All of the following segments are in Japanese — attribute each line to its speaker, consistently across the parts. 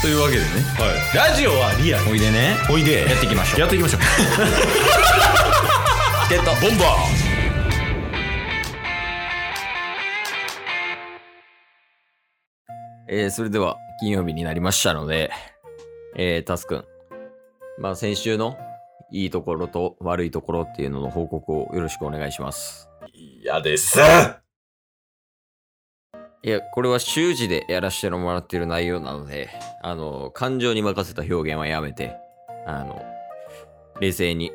Speaker 1: というわけでね
Speaker 2: はい、ラジオはリアル
Speaker 1: おいでね
Speaker 2: おいで
Speaker 1: やっていきましょう
Speaker 2: やっていきましょう
Speaker 1: ゲット
Speaker 2: ボンバ
Speaker 1: えー、それでは金曜日になりましたので、えー、タスくん、まあ、先週のいいところと悪いところっていうのの報告をよろしくお願いします。
Speaker 2: ー嫌です
Speaker 1: いや、これは習字でやらせてもらってる内容なので、あの、感情に任せた表現はやめて、あの、冷静に、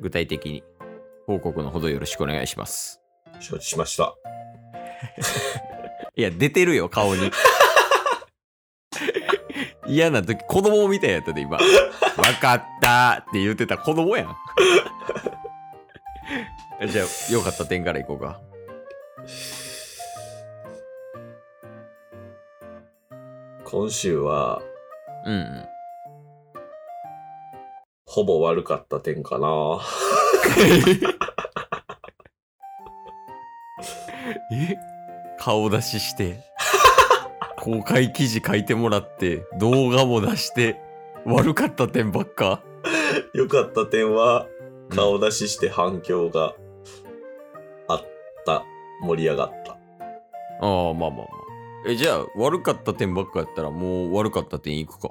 Speaker 1: 具体的に、報告のほどよろしくお願いします。
Speaker 2: 承知しました
Speaker 1: いや、出てるよ、顔に。 嫌な時、子供みたいやったで、今。わかったって言ってた子供やん。 じゃあ、よかった点からいこうか。
Speaker 2: 今週は
Speaker 1: うんうん。
Speaker 2: ほぼ悪かった点かな
Speaker 1: え顔出しして、公開記事書いてもらって、動画も出して、悪かった点ばっか。
Speaker 2: 良かった点は顔出しして反響があった盛り上がった
Speaker 1: ああ、まあまあまあ。え、じゃあ、悪かった点ばっかやったら、もう悪かった点いくか。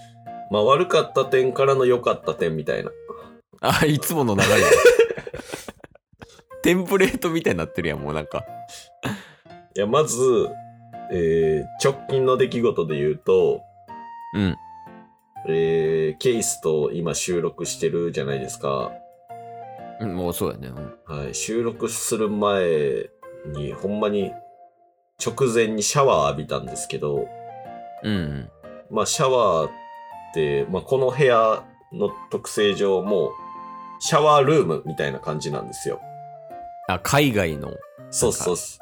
Speaker 2: まあ悪かった点からの良かった点みたいな
Speaker 1: あ、いつもの流れや。テンプレートみたいになってるやん、もうなんか。
Speaker 2: いやまず、えー直近の出来事で言うと
Speaker 1: うん。
Speaker 2: えーケイスと今収録してるじゃないですか
Speaker 1: うんもうそうやね。うん
Speaker 2: はい、収録する前に、ほんまに直前にシャワー浴びたんですけど、
Speaker 1: うん。
Speaker 2: まあシャワーって、まあこの部屋の特性上もうシャワールームみたいな感じなんですよ。
Speaker 1: あ、海外の、
Speaker 2: そうそうそ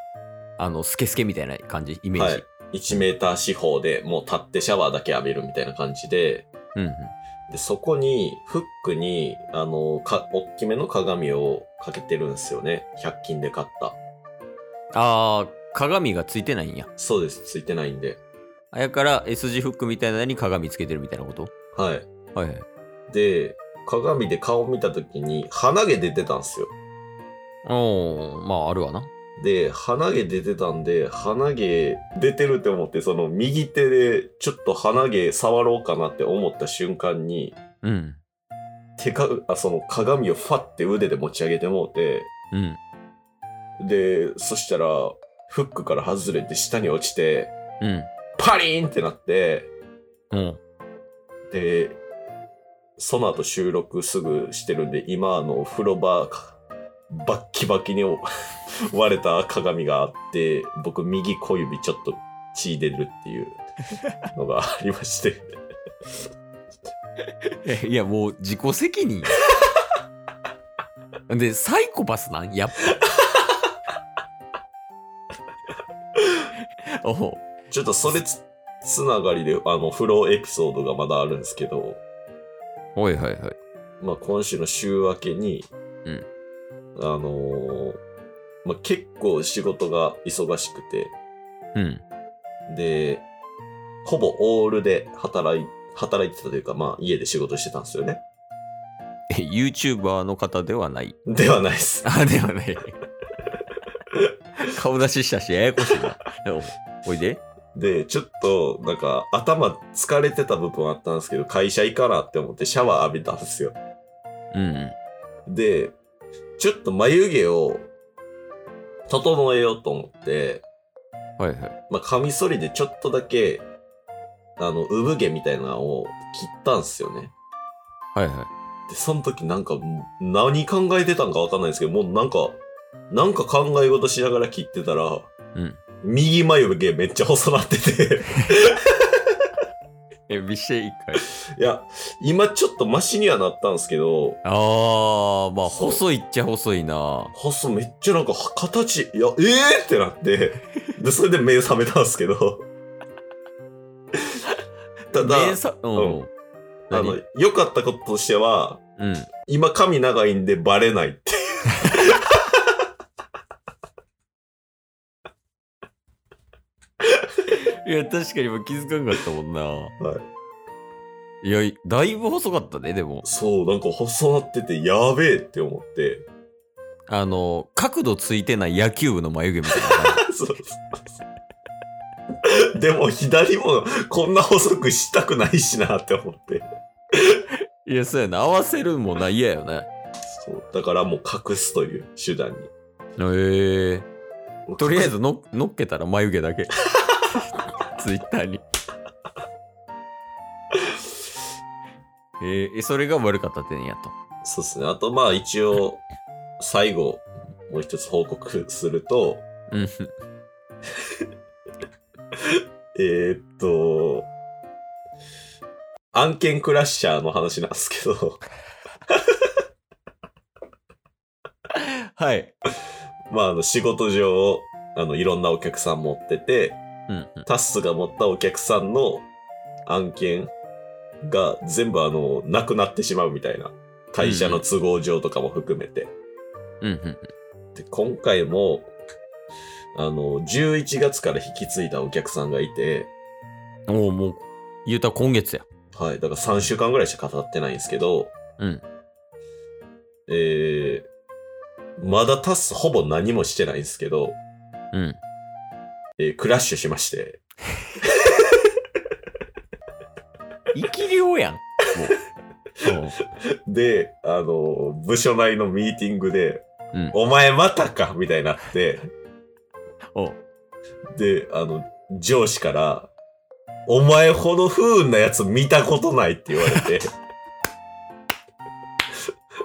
Speaker 1: あの、スケスケみたいな感じ、イ
Speaker 2: う。
Speaker 1: メー
Speaker 2: は
Speaker 1: ジ。
Speaker 2: い。1メーター四方でもう立ってシャワーだけ浴びるみたいな感じで、
Speaker 1: うんうん。
Speaker 2: でそこにフックに、あの、か、大きめの鏡をかけてるんですよね。100均で買った。
Speaker 1: ああ、鏡がついてないんや。
Speaker 2: そうです。ついてないんで。
Speaker 1: あやから S 字フックみたいなのに鏡つけてるみたいなこと
Speaker 2: はい。
Speaker 1: はいはい。
Speaker 2: で、鏡で顔見た時に鼻毛出てたんですよ。
Speaker 1: おー、まああるわな。
Speaker 2: で、鼻毛出てたんで、鼻毛出てるって思って、その右手でちょっと鼻毛触ろうかなって思った瞬間に、
Speaker 1: うん。
Speaker 2: 手か、あ、その鏡をファって腕で持ち上げてもうて、
Speaker 1: うん。
Speaker 2: で、そしたら、フックから外れて下に落ちて、
Speaker 1: うん。
Speaker 2: パリーンってなって、
Speaker 1: うん。
Speaker 2: で、その後収録すぐしてるんで、今あの風呂場、かバッキバキに 割れた鏡があって、僕右小指ちょっと血出るっていうのがありまして。
Speaker 1: えいや、もう自己責任や。 で、サイコパスなんやっぱ。 おう
Speaker 2: ちょっとそれつ、つながりで、あの、風呂エピソードがまだあるんですけど、
Speaker 1: はいはいはい。
Speaker 2: まあ今週の週明けに、
Speaker 1: うん
Speaker 2: あのーまあ結構仕事が忙しくて、
Speaker 1: うん。
Speaker 2: で、ほぼオールで働い、働いてたというか、まあ家で仕事してたんですよね。
Speaker 1: え、YouTuber の方ではない。
Speaker 2: ではないです。
Speaker 1: あ、ではない。顔出ししたし、ややこしいな。 おうおいで。
Speaker 2: で、ちょっと、なんか、頭疲れてた部分あったんですけど、会社行かなって思ってシャワー浴びたんですよ。
Speaker 1: うん。
Speaker 2: で、ちょっと眉毛を整えようと思って、
Speaker 1: はいはい。
Speaker 2: まあ、カミソリでちょっとだけ、あの、産毛みたいなのを切ったんですよね。
Speaker 1: はいはい。
Speaker 2: で、その時なんか、もう何考えてたんかわかんないですけど、もうなんか、なんか考え事しながら切ってたら、
Speaker 1: うん。
Speaker 2: 右眉毛めっちゃ細なってて、
Speaker 1: え、見して一回。
Speaker 2: いや、今ちょっとマシにはなったんですけど、
Speaker 1: ああ、まあ、
Speaker 2: そう
Speaker 1: 細いっちゃ細いな。
Speaker 2: 細めっちゃなんか形、いや、ええー、ってなって、で、それで目覚めたんですけど、 ただ、
Speaker 1: 名作うん。
Speaker 2: うんあ
Speaker 1: 何
Speaker 2: の、良かったこととしては、
Speaker 1: うん。
Speaker 2: 今髪長いんでバレないって。
Speaker 1: いや、確かにもう気づかんかったもんな。
Speaker 2: はい
Speaker 1: や、だいぶ細かったね、でも。
Speaker 2: そう、なんか細なってて、やべえって思って。
Speaker 1: あの、角度ついてない野球部の眉毛みたいな感
Speaker 2: そうそうそうでも左もこんな細くしたくないしなって思って。
Speaker 1: じ。 いや、そうやな。合わせるんもないやよね。
Speaker 2: そう、だからもう隠すという手段に。
Speaker 1: ええとりあえ
Speaker 2: ず。
Speaker 1: ずののっけたら眉毛 だけ。ツイッターに。えー、それが悪かった点やと。
Speaker 2: そうですね。あとまあ一応、最後、もう一つ報告すると、
Speaker 1: うん。
Speaker 2: えー、っと、案件クラッシャーの話なんですけど、
Speaker 1: はい。
Speaker 2: まああの仕事上、あのいろんなお客さん持ってて、
Speaker 1: うんうん。
Speaker 2: タッスが持ったお客さんの案件が全部あの、なくなってしまうみたいな。会社の都合上とかも含めて。
Speaker 1: うんうん。
Speaker 2: で、今回も、あの、11月から引き継いだお客さんがいて、
Speaker 1: おお、もう、言うたら今月や。
Speaker 2: はい、だから3週間ぐらいしか語ってないんですけど、
Speaker 1: うん。
Speaker 2: えー、まだタッスほぼ何もしてないんですけど、
Speaker 1: うん。
Speaker 2: えークラッシュしまして、
Speaker 1: 生き量やん。もう。
Speaker 2: で、あの、部署内のミーティングで、
Speaker 1: うん
Speaker 2: お前またかみたいになって、
Speaker 1: おうおう
Speaker 2: で、あの、上司から、お前ほど不運なやつ見たことないって言われて、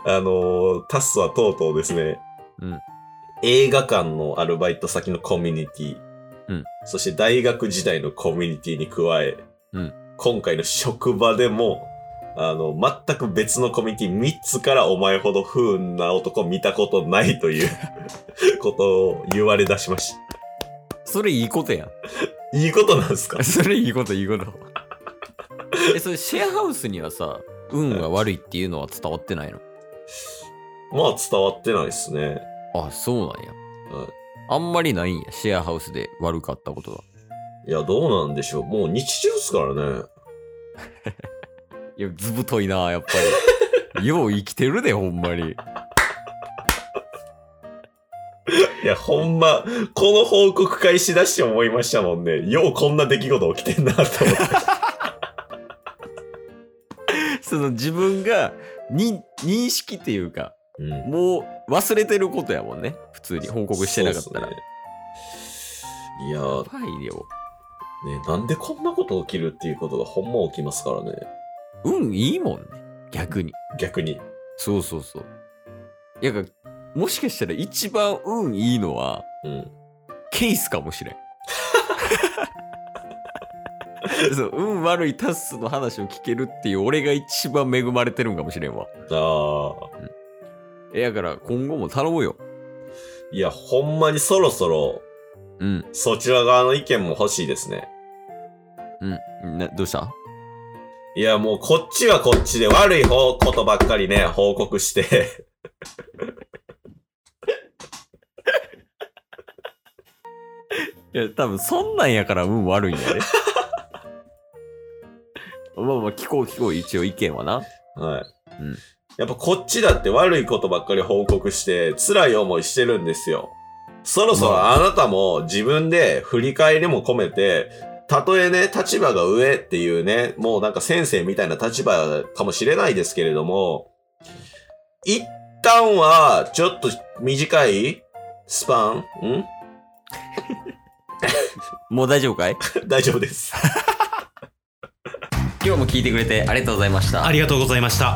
Speaker 2: あの、タスはとうとうですね、
Speaker 1: うん
Speaker 2: 映画館のアルバイト先のコミュニティ、
Speaker 1: うん
Speaker 2: そして大学時代のコミュニティに加え、
Speaker 1: うん
Speaker 2: 今回の職場でも、あの、全く別のコミュニティ3つからお前ほど不運な男見たことないという ことを言われ出しました。
Speaker 1: それいいことやん。
Speaker 2: いいことなんですか
Speaker 1: それいいこといいこと。え、それシェアハウスにはさ、運が悪いっていうのは伝わってないの
Speaker 2: まあ伝わってないですね。
Speaker 1: あ、そうなんや。
Speaker 2: は
Speaker 1: あんまりないんや、シェアハウスで悪かったことは。
Speaker 2: いいや、どうなんでしょう。もう日常ですからね。
Speaker 1: いや、ずぶといな、やっぱ り。よう生きてるで、ほんまに。
Speaker 2: いや、ほんま、この報告会しだして思いましたもんね。ようこんな出来事起きてんなと思って。
Speaker 1: その自分がに認識って いうか、
Speaker 2: うん、
Speaker 1: もう忘れてることやもんね。普通に報告してなかったら。
Speaker 2: そうっすね。いやー、
Speaker 1: やばいよ。
Speaker 2: ね、なんでこんなこと起きるっていうことがほんま起きますからね。
Speaker 1: 運いいもんね。逆に。
Speaker 2: 逆に。
Speaker 1: そうそうそう。いや、もしかしたら一番運いいのは、
Speaker 2: うん。
Speaker 1: ケースかもしれん。 そう運悪いタスの話を聞けるっていう俺が一番恵まれてるんかもしれんわ。
Speaker 2: ああ。
Speaker 1: え、やから今後も頼むよ。
Speaker 2: いや、ほんまにそろそろ、
Speaker 1: うん。
Speaker 2: そちら側の意見も欲しいですね。
Speaker 1: うん。などうした
Speaker 2: いや、もうこっちはこっちで悪い方ことばっかりね、報告して。
Speaker 1: いや、多分そんなんやから運悪いんやね。 まあまあ、聞こう聞こう、一応意見はな。
Speaker 2: はい。
Speaker 1: うん
Speaker 2: やっぱこっちだって悪いことばっかり報告して辛い思いしてるんですよ。そろそろあなたも自分で振り返りも込めて、たとえね、立場が上っていうね、もうなんか先生みたいな立場かもしれないですけれども、一旦はちょっと短いスパンん
Speaker 1: もう大丈夫かい
Speaker 2: 大丈夫です。
Speaker 1: 今日も聞いてくれてありがとうございました
Speaker 3: あ。りがとうございました。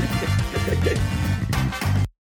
Speaker 3: す